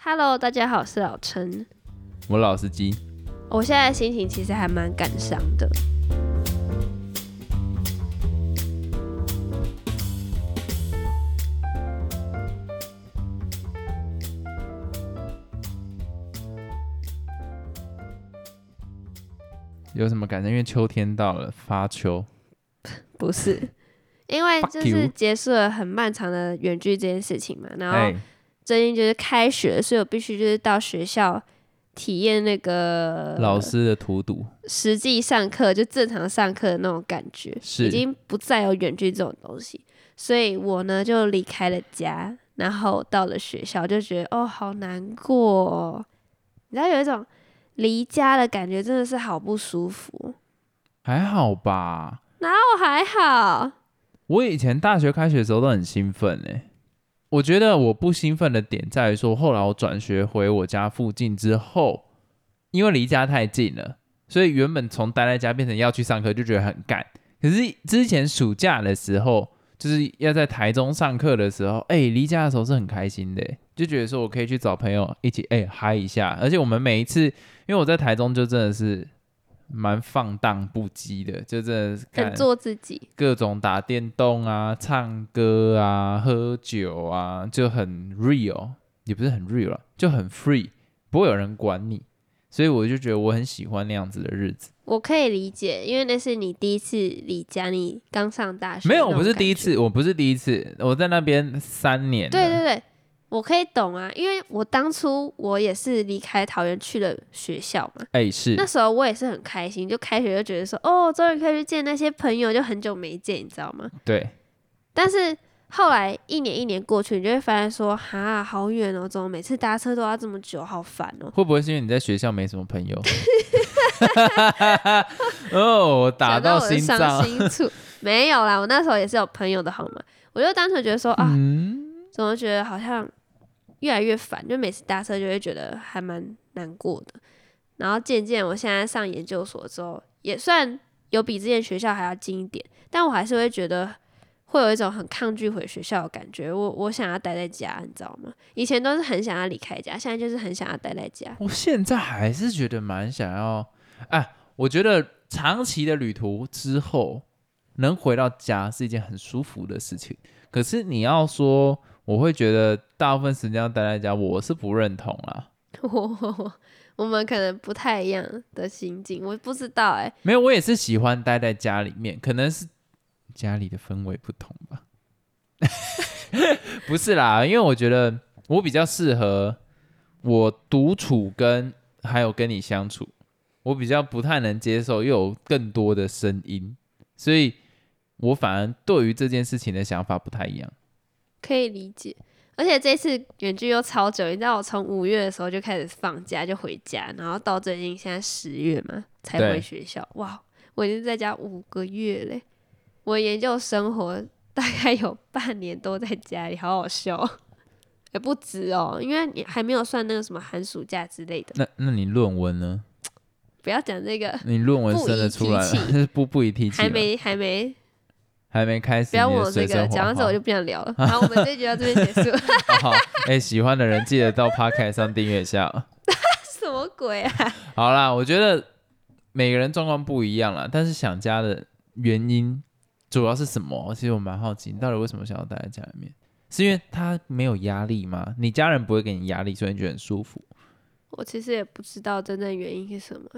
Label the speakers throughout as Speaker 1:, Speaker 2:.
Speaker 1: Hello，大家好，我是老陈。
Speaker 2: 我老司机，
Speaker 1: 我现在心情其实还蛮感伤的。
Speaker 2: 有什么感觉？因为秋天到了，发秋。
Speaker 1: 不是， 因为
Speaker 2: Fuck
Speaker 1: 就
Speaker 2: you
Speaker 1: 是结束了很漫长的远距这件事情嘛，然
Speaker 2: 哎、
Speaker 1: 后最近就是开学，所以我必须就是到学校体验那个
Speaker 2: 老师的荼毒，
Speaker 1: 实际上课，就正常上课的那种感觉，
Speaker 2: 是
Speaker 1: 已经不再有远距这种东西，所以我呢就离开了家，然后到了学校，就觉得哦好难过、哦，你知道有一种离家的感觉，真的是好不舒服。
Speaker 2: 还好吧？
Speaker 1: 哦，还好，
Speaker 2: 我以前大学开学的时候都很兴奋哎、我觉得我不兴奋的点在于说，后来我转学回我家附近之后，因为离家太近了，所以原本从待在家变成要去上课，就觉得很赶。可是之前暑假的时候，就是要在台中上课的时候，哎、离家的时候是很开心的、欸就觉得说我可以去找朋友一起哎、嗨一下。而且我们每一次，因为我在台中就真的是蛮放荡不羁的，就真的是
Speaker 1: 很
Speaker 2: 干
Speaker 1: 做自己，
Speaker 2: 各种打电动啊、唱歌啊、喝酒啊，就很 real，也不是很 real 了，就很 free，不会有人管你，所以我就觉得我很喜欢那样子的日子。
Speaker 1: 我可以理解，因为那是你第一次离家，你刚上大学，
Speaker 2: 没有，我不是第一。次，我不是第一次，我在那边三年了。
Speaker 1: 对对对，我可以懂啊，因为我当初我也是离开桃园去了学校嘛，
Speaker 2: 哎、是
Speaker 1: 那时候我也是很开心，就开学就觉得说，哦，终于可以去见那些朋友，就很久没见，你知道吗？
Speaker 2: 对，
Speaker 1: 但是后来一年一年过去，你就会发现说，哈，好远哦，怎么每次搭车都要这么久，好烦哦。
Speaker 2: 会不会是因为你在学校没什么朋友？ 哦，我打
Speaker 1: 讲到
Speaker 2: 到
Speaker 1: 我的
Speaker 2: 心
Speaker 1: 伤
Speaker 2: 脏。
Speaker 1: 心 处，没有啦，我那时候也是有朋友的好吗？我就单纯觉得说啊，
Speaker 2: 嗯，
Speaker 1: 怎么觉得好像越来越烦，就每次搭车就会觉得还蛮难过的。然后渐渐，我现在上研究所之后，也算有比之前学校还要近一点，但我还是会觉得会有一种很抗拒回学校的感觉。我我想要待在家，你知道吗？以前都是很想要离开家，现在就是很想要待在家。
Speaker 2: 我现在还是觉得蛮想要，哎、我觉得长期的旅途之后能回到家是一件很舒服的事情。可是你要说，我会觉得大部分时间要待在家，我是不认同啦。
Speaker 1: 我我们可能不太一样的心境，我不知道哎、
Speaker 2: 没有，我也是喜欢待在家里面，可能是家里的氛围不同吧。 不是啦，因为我觉得我比较适合我独处跟还有跟你相处，我比较不太能接受又有更多的声音，所以我反而对于这件事情的想法不太一样。
Speaker 1: 可以理解。而且这次远距又超久，你知道我从五月的时候就开始放假就回家，然后到最近现在十月嘛才
Speaker 2: 对
Speaker 1: 回学校。哇，我已经在家五个月嘞！我研究生活 大概有半年都在家里，好好笑哦。 也不止哦，因为你还没有算那个什么寒暑假之类的。
Speaker 2: 那那你论文呢？
Speaker 1: 不要讲这个，
Speaker 2: 你论文
Speaker 1: 不
Speaker 2: 生
Speaker 1: 宜
Speaker 2: 得
Speaker 1: 提
Speaker 2: 出来
Speaker 1: 起
Speaker 2: 了，不不一提起
Speaker 1: 还
Speaker 2: 了，
Speaker 1: 没还没，
Speaker 2: 还没开始
Speaker 1: 不要
Speaker 2: 你
Speaker 1: 问
Speaker 2: 的
Speaker 1: 我这
Speaker 2: 水
Speaker 1: 个，
Speaker 2: 深火
Speaker 1: 讲到这我
Speaker 2: 好
Speaker 1: 就不想聊 了。好，我们这一集到这边结束。
Speaker 2: 好，哎、喜欢的人记得到 Podcast 上订阅一下哦。
Speaker 1: 什么鬼啊？
Speaker 2: 好啦，我觉得每个人状况不一样啦，但是想家的原因主要是什么？其实我蛮好奇，你到底为什么想要待在家里面？是因为他没有压力吗？你家人不会给你压力，所以你觉得很舒服？
Speaker 1: 我其实也不知道真正原因是什么，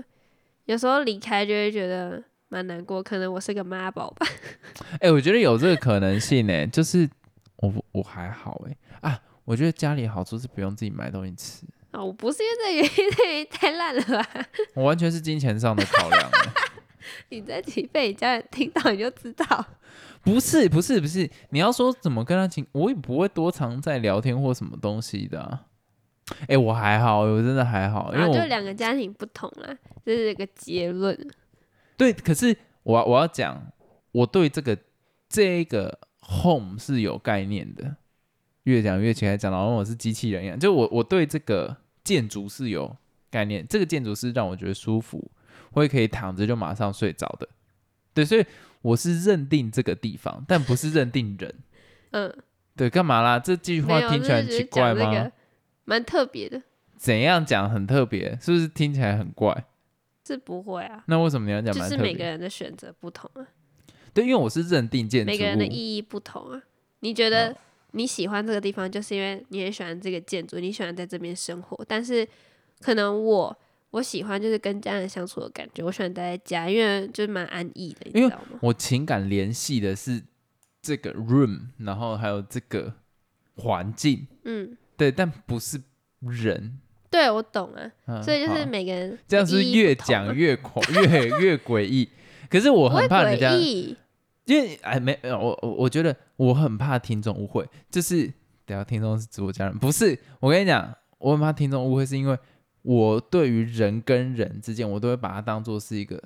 Speaker 1: 有时候离开就会觉得蛮难过，可能我是个妈宝吧。
Speaker 2: 哎、我觉得有这个可能性呢、就是我我还好哎、啊，我觉得家里好处是不用自己买东西吃，
Speaker 1: 啊、我不是因为这个原因，这 个原因太烂了吧？
Speaker 2: 我完全是金钱上的考量欸、
Speaker 1: 你这集被你家人听到你就知道，
Speaker 2: 不是不是不是，你要说怎么跟他情，我也不会多常在聊天或什么东西的、啊。哎、我还好，我真的还哦好，因
Speaker 1: 然
Speaker 2: 为
Speaker 1: 后啊就
Speaker 2: 我
Speaker 1: 两个家庭不同啦，这是一个结论。
Speaker 2: 对，可是我我要讲，我对这个这个 home 是有概念的。越讲越起来，讲到我是机器人一样，就我我对这个建筑是有概念，这个建筑是让我觉得舒服，会可以躺着就马上睡着的。对，所以我是认定这个地方，但不是认定人。
Speaker 1: 嗯，
Speaker 2: 对，干嘛啦？这句
Speaker 1: 没
Speaker 2: 话
Speaker 1: 有，
Speaker 2: 听起来
Speaker 1: 就
Speaker 2: 很
Speaker 1: 是只
Speaker 2: 奇
Speaker 1: 是
Speaker 2: 怪
Speaker 1: 讲这
Speaker 2: 吗？
Speaker 1: 个蛮特别的，
Speaker 2: 怎样讲很特别，是不是听起来很怪？
Speaker 1: 是不会啊，
Speaker 2: 那为什么你要讲
Speaker 1: 就
Speaker 2: 蛮
Speaker 1: 是
Speaker 2: 特
Speaker 1: 每个
Speaker 2: 别？
Speaker 1: 人的选择不同啊，
Speaker 2: 对，因为我是认定建筑
Speaker 1: 每个人的
Speaker 2: 物，
Speaker 1: 意义不同啊。你觉得你喜欢这个地方，就是因为你很喜欢这个建筑，你喜欢在这边生活，但是可能我。我喜欢就是跟家人相处的感觉，我喜欢待在家，因为就是蛮安逸的，你
Speaker 2: 因
Speaker 1: 知
Speaker 2: 为
Speaker 1: 道吗？
Speaker 2: 我情感联系的是这个 room，然后还有这个环境，
Speaker 1: 嗯，
Speaker 2: 对，但不是人。
Speaker 1: 对，我懂啊。
Speaker 2: 嗯
Speaker 1: 所以就是
Speaker 2: 好
Speaker 1: 每个人
Speaker 2: 这样
Speaker 1: 的
Speaker 2: 是
Speaker 1: 意义
Speaker 2: 越
Speaker 1: 不同啊
Speaker 2: 讲越恐越越诡异。可是我
Speaker 1: 不会
Speaker 2: 很怕人家
Speaker 1: 诡，异，
Speaker 2: 因为哎没呃我我我觉得我很怕听众误会，就是等下听众是指我家人，不是我跟你讲，我很怕听众误会，是因为我对于人跟人之间，我都会把它当做是一个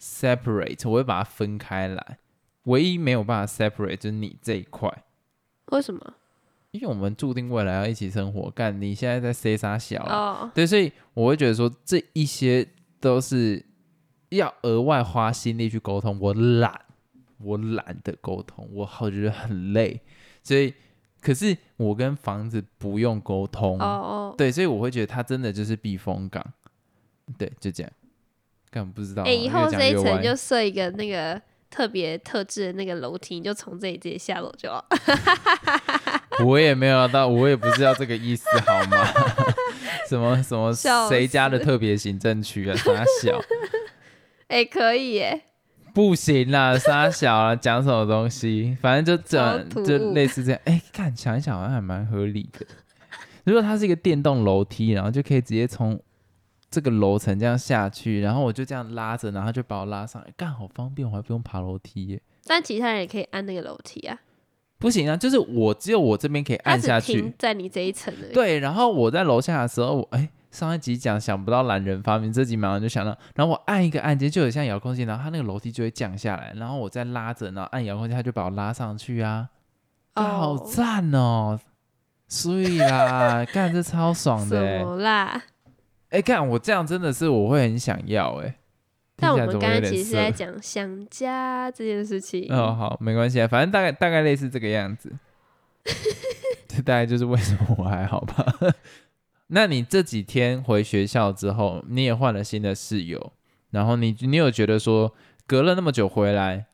Speaker 2: separate，我会把它分开来。唯一没有办法 separate 就是你这一块，
Speaker 1: 为什么？
Speaker 2: 因为我们注定未来要一起生活。干，你现在在 say 啥小啊？
Speaker 1: 哦，
Speaker 2: 对，所以我会觉得说这一些都是要额外花心力去沟通，我懒，我懒得沟通，我好觉得很累，所以可是我跟房子不用沟通，
Speaker 1: 哦哦，
Speaker 2: 对，所以我会觉得它真的就是避风港，对，就这样。干不知道啊，
Speaker 1: 哎、以
Speaker 2: 越
Speaker 1: 后
Speaker 2: 讲
Speaker 1: 这一
Speaker 2: 越
Speaker 1: 层
Speaker 2: 歪
Speaker 1: 就设一个那个特别特制的那个楼梯，你就从这里直接下楼就好。
Speaker 2: 我也没有要到，我也不是要这个意思，好吗？ 什么什么
Speaker 1: 笑
Speaker 2: 谁家的特别行政区啊，傻小。
Speaker 1: 哎、可以耶，
Speaker 2: 不行啦，傻小啊，讲什么东西？反正就
Speaker 1: 超
Speaker 2: 整
Speaker 1: 突兀
Speaker 2: 就类似这样。哎、看想一想好像还蛮合理的。如果它是一个电动楼梯，然后就可以直接从这个楼层这样下去，然后我就这样拉着，然后就把我拉上来，干好方便，我还不用爬楼梯耶。
Speaker 1: 但其他人也可以按那个楼梯啊，
Speaker 2: 不行啊，就是我只有我这边可以
Speaker 1: 它
Speaker 2: 按
Speaker 1: 只
Speaker 2: 下
Speaker 1: 停
Speaker 2: 去。
Speaker 1: 在你这一层而已。
Speaker 2: 对，然后我在楼下的时候，我哎、上一集讲想不到懒人发明，这集马上就想到，然后我按一个按键，就有像遥控器，然后它那个楼梯就会降下来，然后我再拉着，然后按遥控器，它就把我拉上去啊，干好
Speaker 1: 哦，
Speaker 2: 赞哦！所以啦，干这超爽
Speaker 1: 什
Speaker 2: 的、欸，
Speaker 1: 么啦？
Speaker 2: 哎、干我这样真的是我会很想要哎、欸。
Speaker 1: 但我
Speaker 2: 听起来
Speaker 1: 们
Speaker 2: 怎么
Speaker 1: 刚刚
Speaker 2: 有点
Speaker 1: 其实是
Speaker 2: 色
Speaker 1: 在讲想家这件事情。
Speaker 2: 哦，好，没关系啊，反正大概大概类似这个 样子。这大概就是为什么我还好吧。 那你这几天回学校之后，你也换了新的室友，然后你你有觉得说隔了那么久回来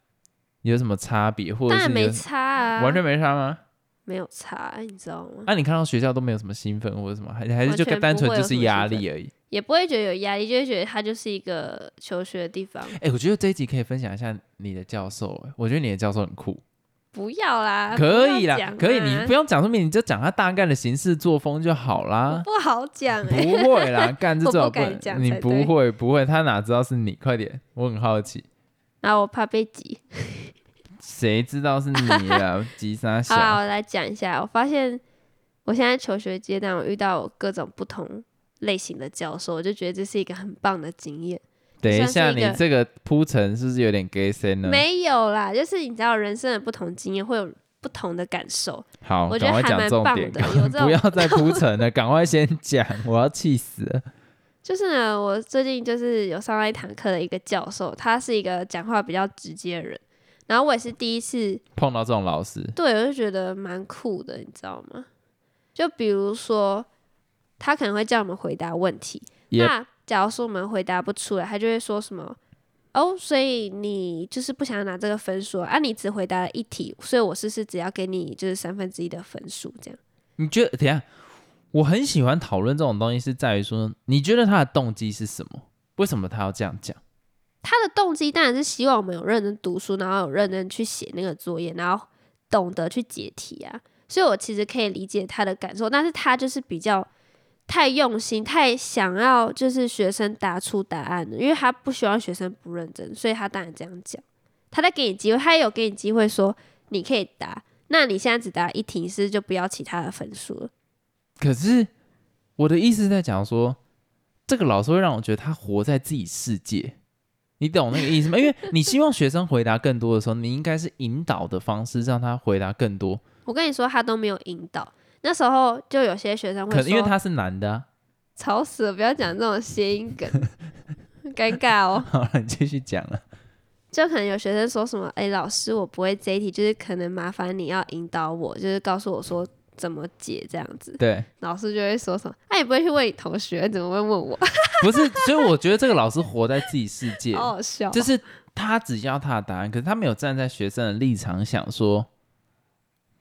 Speaker 2: 有什么差别，或者
Speaker 1: 当
Speaker 2: 是
Speaker 1: 然
Speaker 2: 你有
Speaker 1: 没差啊，
Speaker 2: 完全没差吗？
Speaker 1: 没有差、啊你知道吗？
Speaker 2: 那、你看到学校都没有什么兴奋或者什么，还还是
Speaker 1: 完
Speaker 2: 就
Speaker 1: 全
Speaker 2: 单
Speaker 1: 不
Speaker 2: 纯
Speaker 1: 会
Speaker 2: 就
Speaker 1: 有什
Speaker 2: 是
Speaker 1: 么
Speaker 2: 压
Speaker 1: 兴奋
Speaker 2: 力而已。
Speaker 1: 也不会觉得有压力，就会觉得它就是一个求学的地方。
Speaker 2: 哎、我觉得这一集可以分享一下你的教授、哎我觉得你的教授很酷。
Speaker 1: 不要啦，
Speaker 2: 可以
Speaker 1: 啊不要
Speaker 2: 啦
Speaker 1: 讲，
Speaker 2: 可以，
Speaker 1: 啊
Speaker 2: 你不用讲说明，你就讲他大概的行事作风就好啦。
Speaker 1: 不好讲
Speaker 2: 啊不
Speaker 1: 哎、
Speaker 2: 会啦，干这
Speaker 1: 我
Speaker 2: 最好
Speaker 1: 不敢
Speaker 2: 能
Speaker 1: 讲
Speaker 2: 你
Speaker 1: 才
Speaker 2: 不
Speaker 1: 对
Speaker 2: 会不会，他哪知道是你？快点，我很好奇，
Speaker 1: 然后我怕被挤。
Speaker 2: 谁知道是你 啊？急啥
Speaker 1: 好啦，
Speaker 2: 小？
Speaker 1: 我来讲一下，我发现我现在求学阶段，我遇到各种不同类型的教授，我就觉得这是一个很棒的经验。
Speaker 2: 等一
Speaker 1: 算
Speaker 2: 下，
Speaker 1: 是一
Speaker 2: 你
Speaker 1: 个
Speaker 2: 这个铺陈是不是有点 gay 森呢？
Speaker 1: 没有啦，就是你知道人生的不同经验会有不同的感受，
Speaker 2: 好，
Speaker 1: 我觉
Speaker 2: 赶
Speaker 1: 得
Speaker 2: 快
Speaker 1: 还
Speaker 2: 讲
Speaker 1: 蛮
Speaker 2: 重
Speaker 1: 棒
Speaker 2: 点，
Speaker 1: 的
Speaker 2: 赶
Speaker 1: 有
Speaker 2: 快
Speaker 1: 这
Speaker 2: 不
Speaker 1: 种
Speaker 2: 要再铺陈了，赶快先讲，我要气死了。
Speaker 1: 就是呢，我最近就是有上到一堂课的一个教授，他是一个讲话比较直接的人，然后我也是第一次，
Speaker 2: 碰到这种老师，
Speaker 1: 对我就觉得蛮酷的，你知道吗？就比如说，他可能会叫我们回答问题
Speaker 2: Yep
Speaker 1: 那假如说我们回答不出来，他就会说什么？哦，所以你就是不想拿这个分数啊？啊你只回答了一题，所以我是不是只要给你就是三分之一的分数这样？
Speaker 2: 你觉得？等一下，我很喜欢讨论这种东西，是在于说，你觉得他的动机是什么？为什么他要这样讲？
Speaker 1: 他的动机当然是希望我们有认真读书，然后有认真去写那个作业，然后懂得去解题啊。所以我其实可以理解他的感受，但是他就是比较太用心，太想要就是学生答出答案了，因为他不希望学生不认真，所以他当然这样讲。他在给你机会，他也有给你机会说你可以答，那你现在只答一题，你是不是就不要其他的分数了。
Speaker 2: 可是我的意思是在讲说，这个老师会让我觉得他活在自己世界，你懂那个意思吗？因为你希望学生回答更多的时候，你应该是引导的方式让他回答更多，
Speaker 1: 我跟你说，他都没有引导。那时候就有些学生会
Speaker 2: 可
Speaker 1: 说，
Speaker 2: 能因为他是男的、啊。
Speaker 1: 吵死了！不要讲这种谐音梗，尴尬哦。
Speaker 2: 好了，你继续讲了。
Speaker 1: 就可能有学生说什么：“哎、老师，我不会这一题，就是可能麻烦你要引导我，就是告诉我说怎么解这样子，
Speaker 2: 对，
Speaker 1: 老师就会说什么，那、你不会去问你同学，你怎么会问我？
Speaker 2: 不是，所以我觉得这个老师活在自己世界，
Speaker 1: 好好 笑哦，
Speaker 2: 就是他只要他的答案，可是他没有站在学生的立场想说，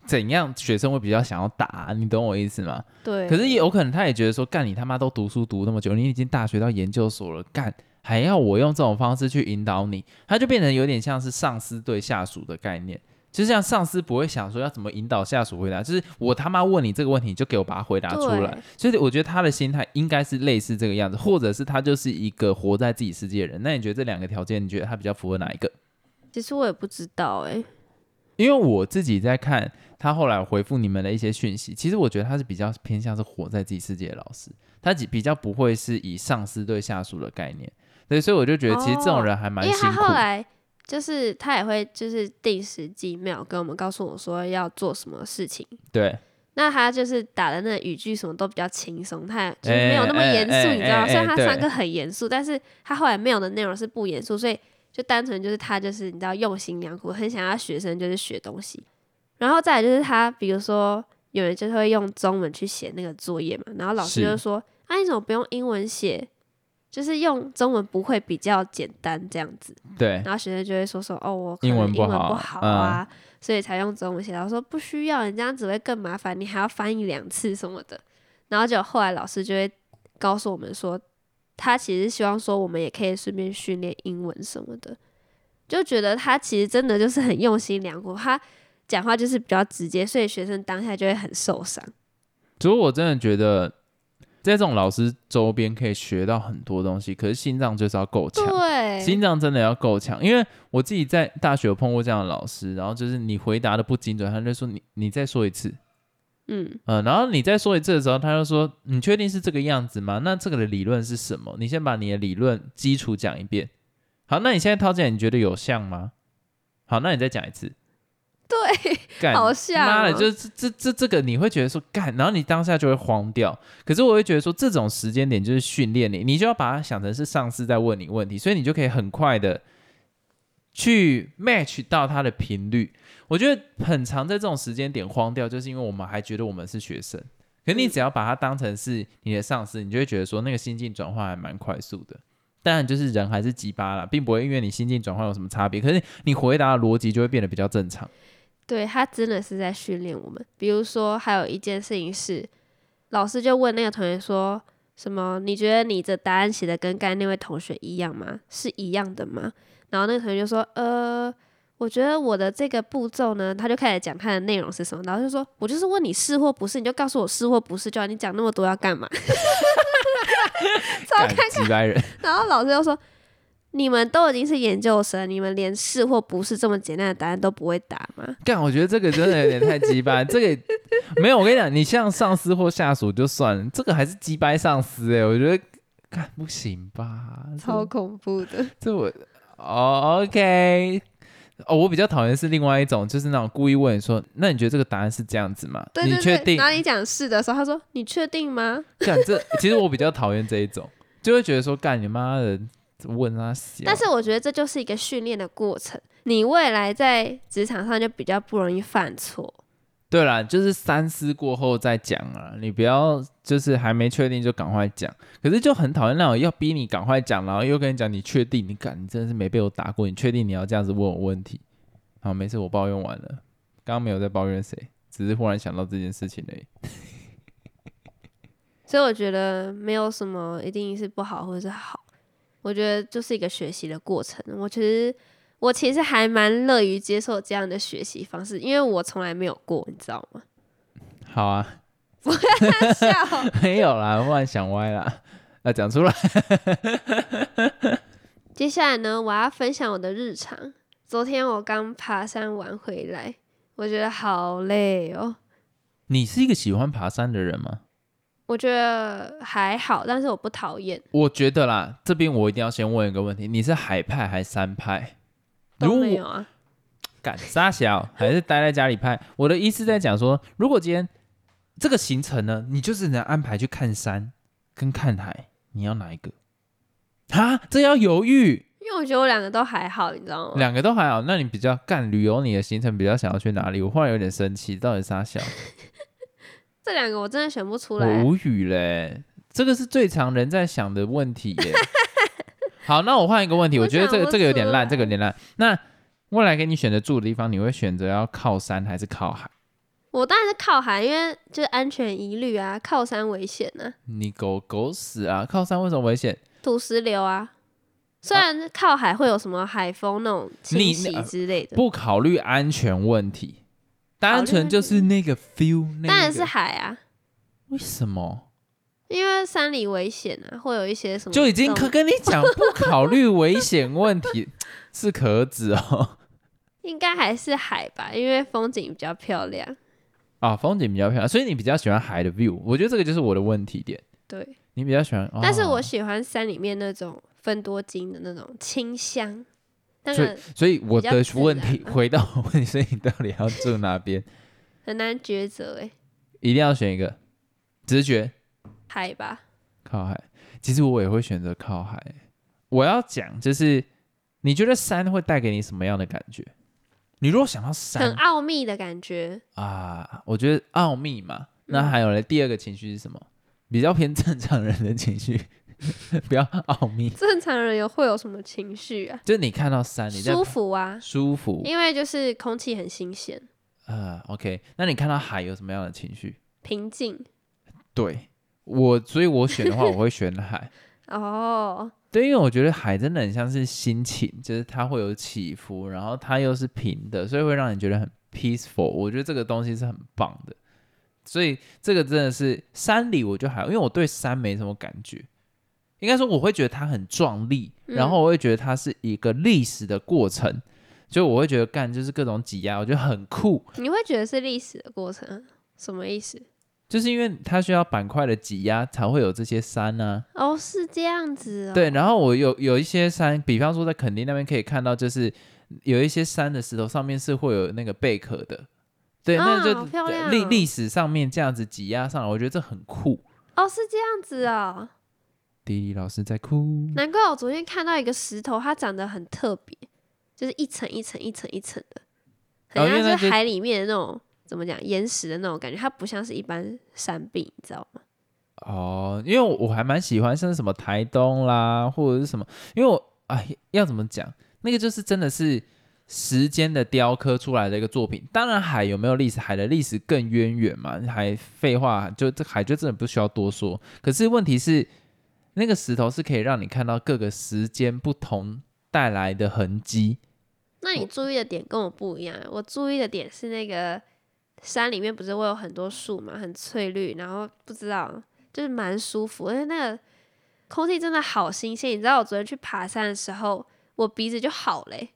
Speaker 2: 怎样学生会比较想要答，啊你懂我意思吗？
Speaker 1: 对，
Speaker 2: 可是也有可能他也觉得说，干你他妈都读书读那么久，你已经大学到研究所了，干还要我用这种方式去引导你，他就变成有点像是上司对下属的概念。就像上司不会想说要怎么引导下属回答，就是我他妈问你这个问题，你就给我把它回答出来
Speaker 1: 对。
Speaker 2: 所以我觉得他的心态应该是类似这个样子，或者是他就是一个活在自己世界的人。那你觉得这两个条件，你觉得他比较符合哪一个？
Speaker 1: 其实我也不知道哎、
Speaker 2: 因为我自己在看他后来回复你们的一些讯息，其实我觉得他是比较偏向是活在自己世界的老师，他比比较不会是以上司对下属的概念，对，所以我就觉得其实这种人还蛮
Speaker 1: 哦因为
Speaker 2: 辛
Speaker 1: 他
Speaker 2: 苦
Speaker 1: 后
Speaker 2: 的。
Speaker 1: 来就是他也会就是定时计秒跟我们告诉我说要做什么事情。
Speaker 2: 对，
Speaker 1: 那他就是打的那语句什么都比较轻松，他就是没有那么严
Speaker 2: 哎哎
Speaker 1: 肃，
Speaker 2: 哎
Speaker 1: 你知道吗？
Speaker 2: 哎哎
Speaker 1: 虽然他
Speaker 2: 对
Speaker 1: 上课很严肃，但是他后来没有的内容是不严肃，所以就单纯就是他就是你知道用心良苦，很想要学生就是学东西。然后再来就是他，比如说有人就是会用中文去写那个作业嘛，然后老师
Speaker 2: 是
Speaker 1: 就说：“啊，你怎么不用英文写？就是用中文不会比较简单这样子。”
Speaker 2: 对，
Speaker 1: 然后学生就会说说哦，我可
Speaker 2: 英
Speaker 1: 能
Speaker 2: 文
Speaker 1: 英
Speaker 2: 不
Speaker 1: 文
Speaker 2: 好嗯
Speaker 1: 不好啊，所以才用中文写。然后说不需要，你这样只会更麻烦，你还要翻译两次什么的。然后就后来老师就会告诉我们说，他其实希望说我们也可以顺便训练英文什么的，就觉得他其实真的就是很用心良苦，他讲话就是比较直接，所以学生当下就会很受伤。
Speaker 2: 所以我真的觉得在这种老师周边可以学到很多东西，可是心脏就是要够强。
Speaker 1: 对，
Speaker 2: 心脏真的要够强，因为我自己在大学有碰过这样的老师，然后就是你回答的不精准，他就说你你再说一次，
Speaker 1: 嗯，
Speaker 2: 嗯，然后你再说一次的时候，他就说：“你确定是这个样子吗？那这个的理论是什么？你先把你的理论基础讲一遍。好，那你现在套进来，你觉得有像吗？好，那你再讲一次。
Speaker 1: 对，
Speaker 2: 干，
Speaker 1: 好像
Speaker 2: 妈的，
Speaker 1: 哦
Speaker 2: 就是这这这这个你会觉得说干，然后你当下就会慌掉。可是我会觉得说，这种时间点就是训练你，你就要把它想成是上司在问你问题，所以你就可以很快的去 match 到它的频率。我觉得很常在这种时间点慌掉，就是因为我们还觉得我们是学生。可你只要把它当成是你的上司，你就会觉得说那个心境转换还蛮快速的。当然，就是人还是鸡巴啦，并不会因为你心境转换有什么差别。可是你回答的逻辑就会变得比较正常。
Speaker 1: 对他真的是在训练我们。比如说，还有一件事情是，老师就问那个同学说什么：“你觉得你的答案写的跟刚才那位同学一样吗？是一样的吗？”然后那个同学就说：“呃，我觉得我的这个步骤呢，他就开始讲他的内容是什么，然后就说我就是问你是或不是，你就告诉我是或不是就好，你讲那么多要干嘛？” 超
Speaker 2: 干
Speaker 1: 尴
Speaker 2: 几百人，
Speaker 1: 然后老师又说：“你们都已经是研究生，你们连是或不是这么简单的答案都不会答吗？”
Speaker 2: 干，我觉得这个真的有点太鸡掰。这个没有，我跟你讲，你像上司或下属就算了，这个还是鸡掰上司哎、我觉得干不行吧？这
Speaker 1: 超恐怖的。
Speaker 2: 这我哦，OK。哦，我比较讨厌是另外一种，就是那种故意问你说，那你觉得这个答案是这样子吗？
Speaker 1: 对对对，
Speaker 2: 你确定？
Speaker 1: 哪里讲是的时候，他说：“你确定吗
Speaker 2: 干这，其实我比较讨厌这一种，就会觉得说，干你妈的，问他小。？”
Speaker 1: 但是我觉得这就是一个训练的过程，你未来在职场上就比较不容易犯错。
Speaker 2: 对啦，就是三思过后再讲啊，你不要就是还没确定就赶快讲。可是就很讨厌那种要逼你赶快讲，然后又跟你讲你确定，你敢，你真的是没被我打过，你确定你要这样子问我问题？好，没事，我抱怨完了，刚刚没有在抱怨谁，只是忽然想到这件事情而已。
Speaker 1: 所以我觉得没有什么一定是不好或者是好，我觉得就是一个学习的过程。我其实我其实还蛮乐于接受这样的学习方式，因为我从来没有过，你知道 吗？
Speaker 2: 好啊，
Speaker 1: 笑，
Speaker 2: 没有啦，忽然想歪啦，那讲出来。
Speaker 1: 接下来呢，我要分享我的日常。昨天我刚爬山完回来，我觉得好累哦。
Speaker 2: 你是一个喜欢爬山的人吗？
Speaker 1: 我觉得还好，但是我不讨厌。
Speaker 2: 我觉得啦，这边我一定要先问一个问题：你是海派还是山派？
Speaker 1: 都
Speaker 2: 如
Speaker 1: 没
Speaker 2: 果
Speaker 1: 有啊，
Speaker 2: 敢杀小，还是待在家里拍？我的意思在讲说，如果今天这个行程呢，你就只能安排去看山跟看海，你要哪一个？啊，这要犹豫，
Speaker 1: 因为我觉得我两个都还好，你知道吗？
Speaker 2: 两个都还好。那你比较干旅游，你的行程比较想要去哪里？我忽然有点生气，到底杀小？
Speaker 1: 这两个我真的选不出
Speaker 2: 我
Speaker 1: 来。
Speaker 2: 无语嘞、这个是最常人在想的问题 耶、好，那我换一个问题，
Speaker 1: 我
Speaker 2: 我觉得这
Speaker 1: 想
Speaker 2: 个
Speaker 1: 不
Speaker 2: 这个有
Speaker 1: 出
Speaker 2: 点烂，
Speaker 1: 来
Speaker 2: 这个有点烂。那未来给你选择住的地方，你会选择要靠山还是靠海？
Speaker 1: 我当然是靠海，因为就是安全疑虑啊，靠山危险啊，
Speaker 2: 你狗狗屎啊！靠山为什么危险？
Speaker 1: 土石流啊。虽然靠海会有什么海风那种
Speaker 2: 你
Speaker 1: 侵袭
Speaker 2: 呃
Speaker 1: 之类的，
Speaker 2: 不考虑安全问题，单纯就是那个 feel、那个。
Speaker 1: 当然是海啊，
Speaker 2: 为什么？
Speaker 1: 因为山里危险啊，会有一些什么
Speaker 2: 就已经
Speaker 1: 动
Speaker 2: 可跟你讲，不考虑危险问题是可指哦。
Speaker 1: 应该还是海吧，因为风景比较漂亮。
Speaker 2: 啊，风景比较漂亮，所以你比较喜欢海的 view。我觉得这个就是我的问题点。
Speaker 1: 对，
Speaker 2: 你比较喜欢，哦、
Speaker 1: 但是我喜欢山里面那种芬多精的那种清香，那
Speaker 2: 所以
Speaker 1: 个
Speaker 2: 所以我
Speaker 1: 比较
Speaker 2: 的
Speaker 1: 自
Speaker 2: 问
Speaker 1: 然
Speaker 2: 题回到我问题，所以你到底要住哪边？
Speaker 1: 很难抉择欸诶，
Speaker 2: 一定要选一个，直觉
Speaker 1: 海吧，
Speaker 2: 靠海。其实我也会选择靠海。我要讲就是，你觉得山会带给你什么样的感觉？你如果想到
Speaker 1: 很
Speaker 2: 山
Speaker 1: 奥秘的感觉。
Speaker 2: 啊，我觉得奥秘嘛。那
Speaker 1: 嗯
Speaker 2: 还有嘞，第二个情绪是什么？比较偏正常人的情绪， 不要奥秘。
Speaker 1: 正常人有会有什么情绪啊？
Speaker 2: 就是你看到山，你在
Speaker 1: 舒服啊，
Speaker 2: 舒服，
Speaker 1: 因为就是空气很新鲜、
Speaker 2: 呃，OK，那你看到海有什么样的情绪？
Speaker 1: 平静
Speaker 2: 对我，所以我选的话，我会选海。
Speaker 1: 哦。
Speaker 2: 对，因为我觉得海真的很像是心情，就是它会有起伏，然后它又是平的，所以会让你觉得很 peaceful。我觉得这个东西是很棒的，所以这个真的是山里，我就还好因为我对山没什么感觉，应该说我会觉得它很壮丽，然后我会觉得它是一个历史的过程，所以我会觉得干就是各种挤压，我觉得很酷。
Speaker 1: 你会觉得是历史的过程啊，什么意思？
Speaker 2: 就是因为它需要板块的挤压才会有这些山啊呢、
Speaker 1: 哦，是这样子哦。
Speaker 2: 对，，然后我有有一些山，比方说在垦丁那边可以看到，就是有一些山的石头上面是会有那个贝壳的。对，那
Speaker 1: 啊
Speaker 2: 就
Speaker 1: 好漂亮
Speaker 2: 历
Speaker 1: 哦
Speaker 2: 历史上面这样子挤压上来，我觉得这很酷。
Speaker 1: 哦，是这样子哦。
Speaker 2: 迪迪老师在哭，
Speaker 1: 难怪我昨天看到一个石头，它长得很特别，就是一层一层一层一层的，
Speaker 2: 哦
Speaker 1: 很
Speaker 2: 因为那
Speaker 1: 像
Speaker 2: 就是
Speaker 1: 海里面的那种、怎么讲岩石的那种感觉，它不像是一般山壁，你知道吗？
Speaker 2: 哦，因为我我还蛮喜欢像是什么台东啦，或者是什么，因为我哎要怎么讲，那个就是真的是时间的雕刻出来的一个作品。当然海有没有历史，海的历史更渊源嘛，海废话就这海就真的不需要多说。可是问题是，那个石头是可以让你看到各个时间不同带来的痕迹。
Speaker 1: 那你
Speaker 2: 我
Speaker 1: 注意的点跟我不一样，啊我注意的点是那个山里面不是会有很多树嘛，很翠绿，然后不知道就是蛮舒服，而且那个空气真的好新鲜。你知道我昨天去爬山的时候，我鼻子就好嘞、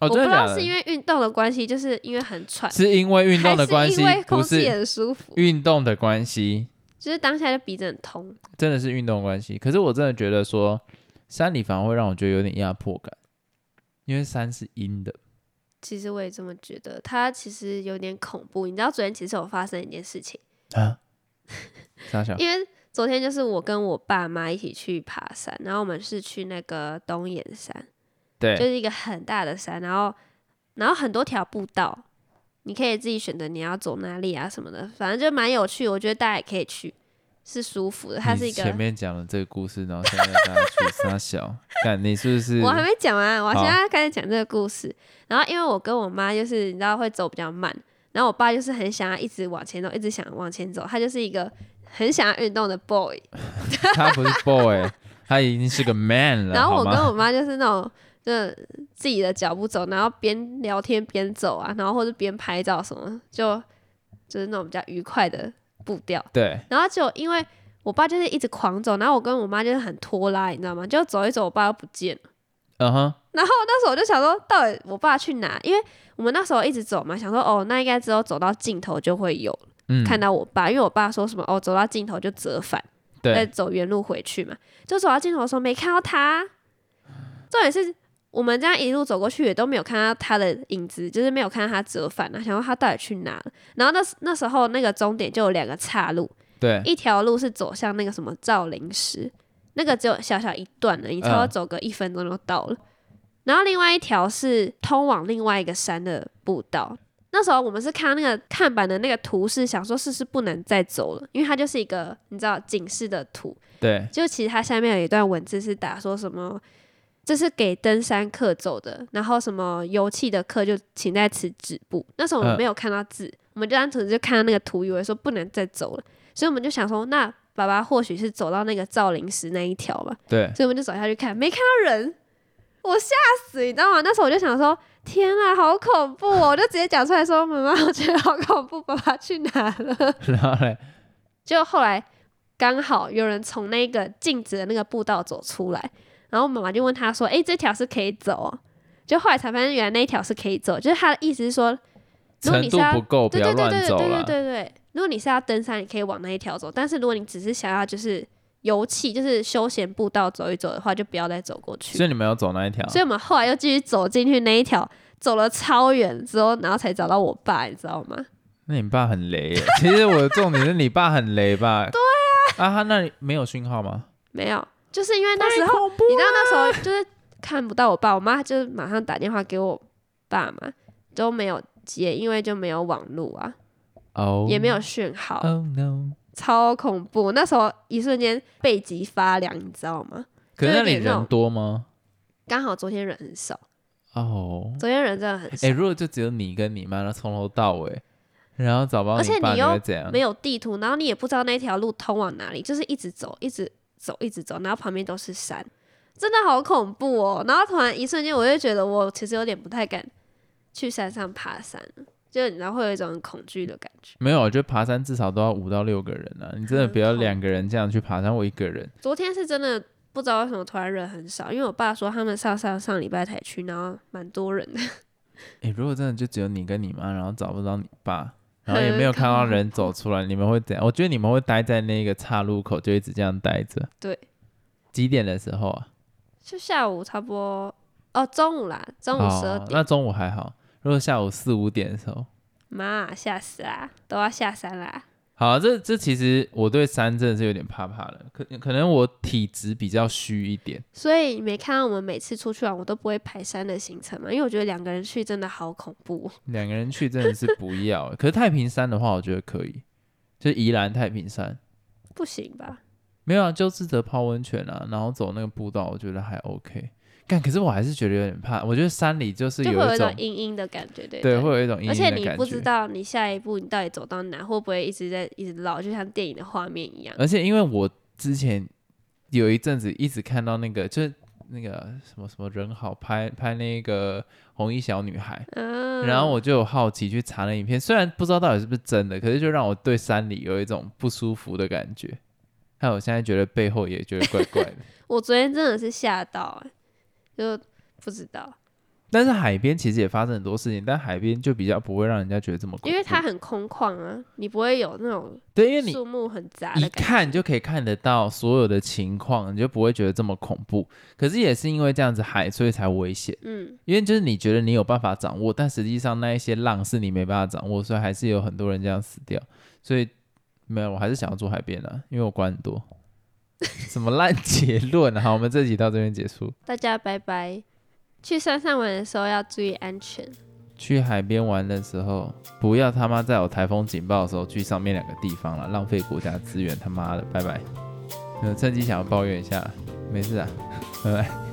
Speaker 2: 哦，
Speaker 1: 我不
Speaker 2: 真
Speaker 1: 知
Speaker 2: 的假
Speaker 1: 道
Speaker 2: 的
Speaker 1: 是因？为运动的关系，就是因为很喘，
Speaker 2: 是因为运动的关
Speaker 1: 还是
Speaker 2: 系
Speaker 1: 因为，空
Speaker 2: 不
Speaker 1: 气
Speaker 2: 是
Speaker 1: 很舒服，
Speaker 2: 运动的关系。
Speaker 1: 就是当下就鼻子很痛。
Speaker 2: 真的是运动的关系。可是我真的觉得说，山里反而会让我觉得有点压迫感，因为山是阴的。
Speaker 1: 其实我也这么觉得，它其实有点恐怖。你知道昨天其实有发生一件事情，
Speaker 2: 傻小，
Speaker 1: 因为昨天就是我跟我爸妈一起去爬山，然后我们是去那个东岩山，就
Speaker 2: 对，
Speaker 1: 是一个很大的山，然后然后很多条步道，你可以自己选择你要走哪里啊什么的，反正就蛮有趣，我觉得大家也可以去，是舒服的。它是
Speaker 2: 你
Speaker 1: 一个
Speaker 2: 前面讲了这个故事，然后现在大家去傻 小，看你是不是？
Speaker 1: 我还没讲完，啊我
Speaker 2: 好
Speaker 1: 现在开始讲这个故事。然后因为我跟我妈就是你知道会走比较慢，然后我爸就是很想要一直往前走，一直想往前走，他就是一个很想要运动的 boy。
Speaker 2: 他不是 boy，他已经是个 man 了，
Speaker 1: 然后
Speaker 2: 好
Speaker 1: 我跟
Speaker 2: 吗？
Speaker 1: 我妈就是那种就是自己的脚步走，然后边聊天边走啊，然后或者边拍照什么，就就是那种比较愉快的步调。
Speaker 2: 对，
Speaker 1: 然后就因为我爸就是一直狂走，然后我跟我妈就是很拖拉，你知道吗？就走一走，我爸又不见了。
Speaker 2: 嗯哼，
Speaker 1: 然后那时候我就想说，到底我爸去哪？因为我们那时候一直走嘛，想说哦，那应该只有走到尽头就会有
Speaker 2: 嗯，
Speaker 1: 看到我爸，因为我爸说什么哦，走到尽头就折返，再
Speaker 2: 对，
Speaker 1: 走原路回去嘛。就走到尽头的时候没看到他，重点是我们这样一路走过去也都没有看到他的影子，就是没有看到他折返啊，想说他到底去哪了。然后那时那时候那个终点就有两个岔路，
Speaker 2: 对，
Speaker 1: 一条路是走向那个什么造林石，那个只有小小一段了，你差不多
Speaker 2: 嗯
Speaker 1: 走个一分钟就到了。然后另外一条是通往另外一个山的步道，那时候我们是看到那个看板的那个图示，想说是不是不能再走了，因为它就是一个你知道警示的图。
Speaker 2: 对，
Speaker 1: 就其实它下面有一段文字是打说什么，这是给登山客走的，然后什么油气的客就请在此止步。那时候我们
Speaker 2: 嗯
Speaker 1: 没有看到字，我们就单纯就看到那个图，以为说不能再走了，所以我们就想说，那爸爸或许是走到那个造林石那一条吧，
Speaker 2: 对，
Speaker 1: 所以我们就走下去看，没看到人，我吓死，你知道吗？那时候我就想说。天啊，好恐怖哦！我就直接讲出来说：“妈妈，我觉得好恐怖，爸爸去哪了？”
Speaker 2: 然后嘞，
Speaker 1: 就后来刚好有人从那个镜子的那个步道走出来，然后妈妈就问他说：“诶，这条是可以走、哦。”就后来才发现，原来那一条是可以走，就是他的意思是说，如果
Speaker 2: 程
Speaker 1: 你是
Speaker 2: 度
Speaker 1: 要
Speaker 2: 不够，不
Speaker 1: 对
Speaker 2: 要
Speaker 1: 对对
Speaker 2: 乱
Speaker 1: 对对
Speaker 2: 走
Speaker 1: 对对
Speaker 2: 了。
Speaker 1: 对对，如果你是要登山，你可以往那一条走，但是如果你只是想要就是游憩，就是休闲步道走一走的话，就不要再走过去。
Speaker 2: 所以你们有走那一条，
Speaker 1: 所以我们后来又继续走进去那一条，走了超远之后，然后才找到我爸，你知道吗？
Speaker 2: 那你爸很雷耶。其实我的重点是你爸很雷吧？ 对啊。啊，他那里没有讯号吗？
Speaker 1: 没有，就是因为那时候
Speaker 2: 恐怖
Speaker 1: 你知道那时候就是看不到我爸，我妈就是马上打电话给我爸嘛，都没有接，因为就没有网络啊，
Speaker 2: 哦，
Speaker 1: 也没。有讯号，
Speaker 2: Oh no！
Speaker 1: 超恐怖。那时候一瞬间背脊发凉，你知道吗？
Speaker 2: 可
Speaker 1: 就
Speaker 2: 是那
Speaker 1: 有
Speaker 2: 里
Speaker 1: 点那
Speaker 2: 人
Speaker 1: 种
Speaker 2: 多吗？
Speaker 1: 刚好昨天人很少，
Speaker 2: 哦，
Speaker 1: 昨天人真的很少，
Speaker 2: 哎，如果就只有你跟你妈，那从头到尾，然后找不到
Speaker 1: 而且
Speaker 2: 爸，
Speaker 1: 你
Speaker 2: 你
Speaker 1: 又
Speaker 2: 会怎样
Speaker 1: 没？有地图，然后你也不知道那条路通往哪里，就是一直走，一直走，一直走，然后旁边都是山，真的好恐怖哦。然后突然一瞬间，我就觉得我其实有点不太敢去山上爬山了，就你知道会有一种很恐惧的感觉。
Speaker 2: 没有，我觉得爬山至少都要五到六个人啊！你真的
Speaker 1: 很
Speaker 2: 不要
Speaker 1: 痛
Speaker 2: 两个人这样去爬山，我一个人。
Speaker 1: 昨天是真的不知道为什么突然人很少，因为我爸说他们上上上礼拜才去，然后蛮多人的。
Speaker 2: 诶，如果真的就只有你跟你妈，然后找不到你爸，然后也没有看到人走出来，你们会怎样？我觉得你们会待在那个岔路口，就一直这样待着。
Speaker 1: 对，
Speaker 2: 几点的时候啊？
Speaker 1: 就下午差不多哦，中午啦，中午十二
Speaker 2: 哦，
Speaker 1: 点，
Speaker 2: 那中午还好。如果下午四五点的时候，
Speaker 1: 妈、吓死啦，都要下山啦。
Speaker 2: 好，这这其实我对山真的是有点怕怕的，可可能我体质比较虚一点。
Speaker 1: 所以你没看到我们每次出去玩，我都不会排山的行程嘛，因为我觉得两个人去真的好恐怖。
Speaker 2: 两个人去真的是不要，欸可是太平山的话，我觉得可以，就是宜兰太平山。
Speaker 1: 不行吧？
Speaker 2: 没有啊，就自责泡温泉啊，然后走那个步道，我觉得还 OK。但可是我还是觉得有点怕，我觉得山里就是
Speaker 1: 就会
Speaker 2: 有
Speaker 1: 一
Speaker 2: 种
Speaker 1: 种，阴阴的感觉，对不
Speaker 2: 对，
Speaker 1: 对，
Speaker 2: 会有一种阴
Speaker 1: 而
Speaker 2: 影
Speaker 1: 且
Speaker 2: 的
Speaker 1: 你
Speaker 2: 感
Speaker 1: 不知
Speaker 2: 觉。
Speaker 1: 道你下一步你到底走到哪，会不会一直在一直绕，就像电影的画面一样。
Speaker 2: 而且因为我之前有一阵子一直看到那个，就是那个什么什么人好拍拍那个红衣小女孩，
Speaker 1: 嗯，
Speaker 2: 呃然后我就有好奇去查那影片，虽然不知道到底是不是真的，可是就让我对山里有一种不舒服的感觉。还有我现在觉得背后也觉得怪怪的。
Speaker 1: 我昨天真的是吓到、欸，就不知道，
Speaker 2: 但是海边其实也发生很多事情，但海边就比较不会让人家觉得这么恐怖，
Speaker 1: 因为它很空旷啊，你不会有那种
Speaker 2: 对，因为你
Speaker 1: 树木很杂
Speaker 2: 一
Speaker 1: 的感觉。
Speaker 2: 看就可以看得到所有的情况，你就不会觉得这么恐怖。可是也是因为这样子海，所以才危险，
Speaker 1: 嗯，
Speaker 2: 因为就是你觉得你有办法掌握，但实际上那一些浪是你没办法掌握，所以还是有很多人这样死掉。所以没有，我还是想要住海边的、因为我管很多。 什么烂结论啊！好，我们这集到这边结束。
Speaker 1: 大家拜拜。去山上玩的时候要注意安全。
Speaker 2: 去海边玩的时候，不要他妈在有台风警报的时候去上面两个地方了，浪费国家资源，他妈的，拜拜。呃，趁机想要抱怨一下，没事啊，拜拜。